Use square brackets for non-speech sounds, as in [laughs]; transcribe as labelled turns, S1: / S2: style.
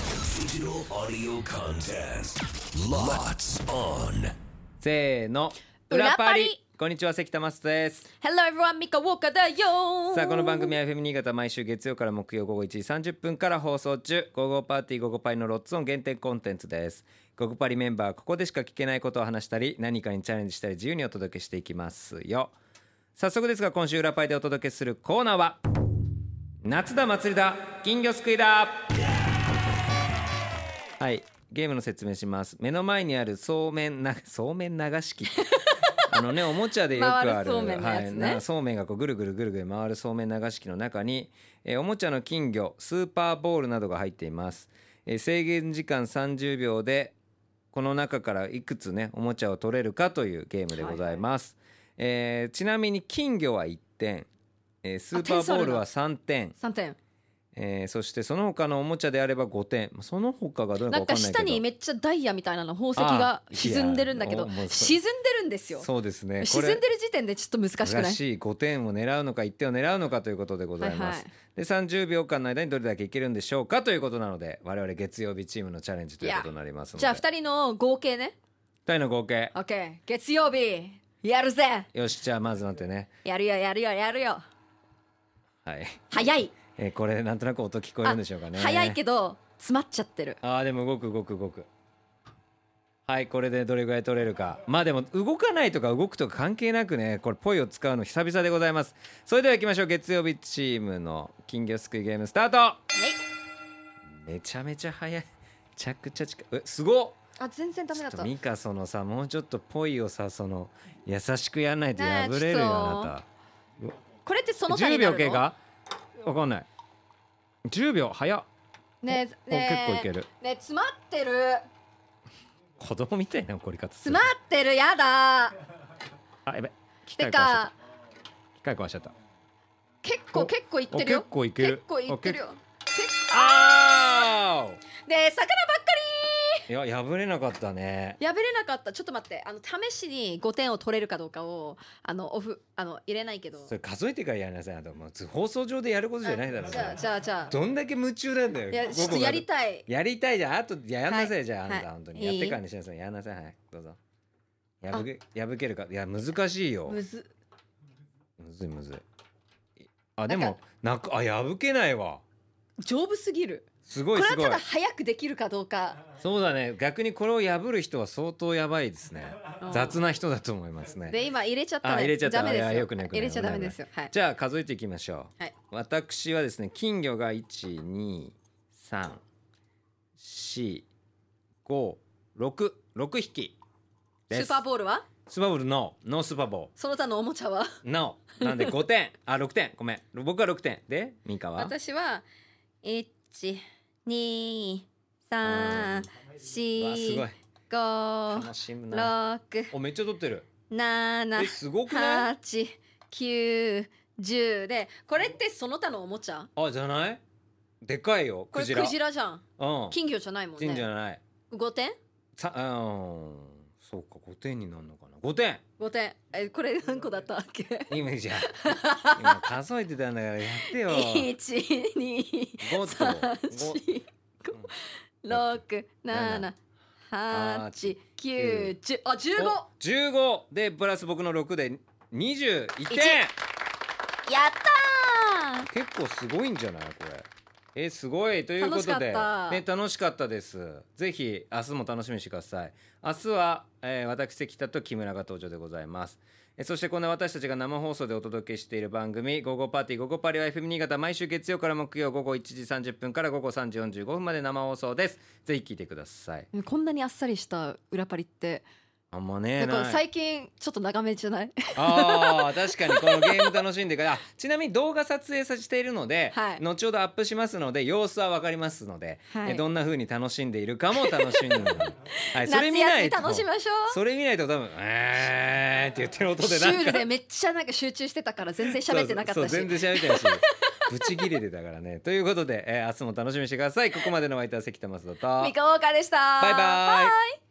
S1: Digital audio contest. Lots on.
S2: せーの
S3: 裏
S2: 裏
S3: パ
S2: パ
S3: リ
S2: リこんにちは関田マスです
S3: Hello everyone, ミカウォーカーだよ
S2: さあこの番組は FM 新潟毎週月曜から木曜午後1時30分から放送中「午後パーティー午後パリ」のロッツオン限定コンテンツです午後パリメンバーはここでしか聞けないことを話したり何かにチャレンジしたり自由にお届けしていきますよ早速ですが今週裏パリでお届けするコーナーは夏だ祭りだ金魚すくいだはいゲームの説明します目の前にあるそうめんなそうめん流
S3: [laughs]
S2: し器あのねおもちゃでよくある
S3: 回るそうめんのやつね
S2: はい、なそうめんがこうぐるぐるぐるぐる回るそうめん流し器の中に、えーおもちゃの金魚スーパーボールなどが入っています、えー制限時間30秒でこの中からいくつねおもちゃを取れるかというゲームでございます、えーちなみに金魚は1点、えースーパーボールは3点
S3: 3点
S2: えーそしてその他のおもちゃであれば5点その他がどれか
S3: な
S2: 分
S3: ん
S2: か
S3: か
S2: んないけど
S3: 下にめっちゃダイヤみたいなの宝石が沈んでるんだけ
S2: あ
S3: ど
S2: いやもうそう
S3: 沈んでるんですよ
S2: そうですね
S3: 沈んでる時点でちょっと難しく
S2: ら
S3: ない
S2: しい5点を狙うのか1点を狙うのかということでございます、
S3: はい
S2: で30秒間の間にどれだけいけるんでしょうかということなので我々月曜日チームのチャレンジということになりますので
S3: じゃあ2人の合計ね
S2: 二人の合計
S3: OK 月曜日やるぜ
S2: よしじゃあまずなんてね
S3: やるよやるよやるよ
S2: はい、
S3: 早い
S2: えーこれなんとなく音聞こえる
S3: あ
S2: んでしょうかね
S3: 早いけど詰まっちゃってる
S2: あーでも動く動く動くはいこれでどれぐらい取れるかまあでも動かないとか動くとか関係なくねこれポイを使うの久々でございますそれでは行きましょう月曜日チームの金魚すくいゲームスタート
S3: はい
S2: めちゃめちゃ早いめちゃくちゃ近いえすごっ
S3: あ全然ダメ
S2: ちょ
S3: だ
S2: っ
S3: った
S2: とミカそのさもうちょっとポイをさその優しくやんないと
S3: ね
S2: 破
S3: え
S2: れるよ
S3: ちょっと
S2: あ
S3: これってそ
S2: な
S3: の
S2: た
S3: 他に
S2: 10
S3: な
S2: 秒経
S3: るの
S2: 過わかんない10秒早っ
S3: ね
S2: お
S3: えねえ
S2: お結構いける
S3: ねえ詰まってる
S2: 子供みたいな怒り方す
S3: 詰
S2: る
S3: まってるやだ
S2: あやべ機械壊しちゃ
S3: て
S2: った
S3: か
S2: 機械壊しちゃった
S3: 結構
S2: お
S3: 結構いってる
S2: お
S3: よ
S2: 結構いける
S3: 結構いってるよ結
S2: あ
S3: 構で魚ばっか
S2: いや破れなかったね
S3: り破れなかったちょっと待ってあの試しに5点を取れるかどうかをあのオフあの入れないけど
S2: それ数えてからやりなさいあともう放送上でやることじゃないだろう
S3: じゃあじゃあじゃ
S2: どんだけ夢中なんだよ
S3: あいやちょっと
S2: 午後
S3: やりたい
S2: やりたいじゃんあとやんなさい、
S3: は
S2: じゃああんた、
S3: はい
S2: 本当
S3: い
S2: に
S3: い
S2: やってからにしなさいやんなさいはいどうぞ破け破けるかいや難しいよ
S3: むず
S2: むずいむずいあでも
S3: なん
S2: なくあ破けないわ
S3: 丈夫すぎる
S2: すご
S3: こ
S2: い
S3: れ
S2: す
S3: は
S2: ごい
S3: ただ早くできるかどうか
S2: そうだね逆にこれを破る人は相当やばいですね
S3: うん
S2: 雑な人だと思いますね
S3: で今入れちゃった
S2: あ
S3: ね
S2: 入れちゃった
S3: ダメで
S2: あ
S3: す
S2: い
S3: よ
S2: やよくないよくない
S3: 入れちゃダメですよはい
S2: じゃあ数えていきましょう、
S3: はい
S2: 私はですね金魚が1234566匹です
S3: スーパーボールは
S2: スーパーボールノーノースーパーボ
S3: その他のおもちゃは
S2: ールノーなんで5点
S3: [laughs]
S2: あ6点ごめん僕は6点でミカは
S3: 私は1 2 3
S2: うわすご
S3: 4
S2: い
S3: 5
S2: 楽しむな
S3: 六
S2: おめっちゃ取ってる
S3: 七
S2: えすごくない
S3: 八九十でこれってその他のおもちゃ
S2: あじゃないでかいよク
S3: これ
S2: ジラ
S3: クジラじゃん
S2: うん
S3: 金魚じゃないもん
S2: 金じゃ
S3: ね
S2: ない
S3: 五点
S2: さうんそうか5点になるのかな5点
S3: 五点えこれ何個だったっけ
S2: 今
S3: [laughs]
S2: じゃあ今数えてたんだからやってよ
S3: 一二
S2: 5と
S3: 三
S2: 5
S3: 四
S2: うん
S3: 五六七
S2: 八
S3: 八九十あ十五
S2: お15でプラス僕の6で21点
S3: やったー
S2: 結構すごいんじゃないこれえすごいということで
S3: 楽しかった
S2: ね、楽しかったですぜひ明日も楽しみにしてください明日は、えー私関田と木村が登場でございますえーそしてこんな私たちが生放送でお届けしている番組「午後パーティー午後パリ」は FM 新潟毎週月曜から木曜午後1時30分から午後3時45分まで生放送ですぜひ聞いてください
S3: こんなにあっさりした裏パリって
S2: あんまね
S3: なんか
S2: ない
S3: 最近ちょっと長めじゃない
S2: あー確かにこのゲーム楽しんでからあちなみに動画撮影させているので、
S3: はい
S2: 後ほどアップしますので様子は分かりますので、
S3: はい
S2: えどんな風に楽しんでいるかも楽しみに、
S3: [laughs]
S2: はい、そ
S3: 夏
S2: れ
S3: 休
S2: 見ない
S3: み
S2: と
S3: 楽しみましょう
S2: それ見ないと多分「えー」って言ってる音で
S3: シ
S2: なん
S3: ュ
S2: か
S3: ールでめっちゃなんか集中してたから全然喋ってなかっ
S2: そう
S3: たし
S2: そう全然喋って
S3: [laughs]
S2: ないしブチ切れてたからねということで、えー明日も楽しみにしてくださいここまでのワイター関田正人と
S3: ミカウォーカーでした
S2: バイバイ
S3: バイ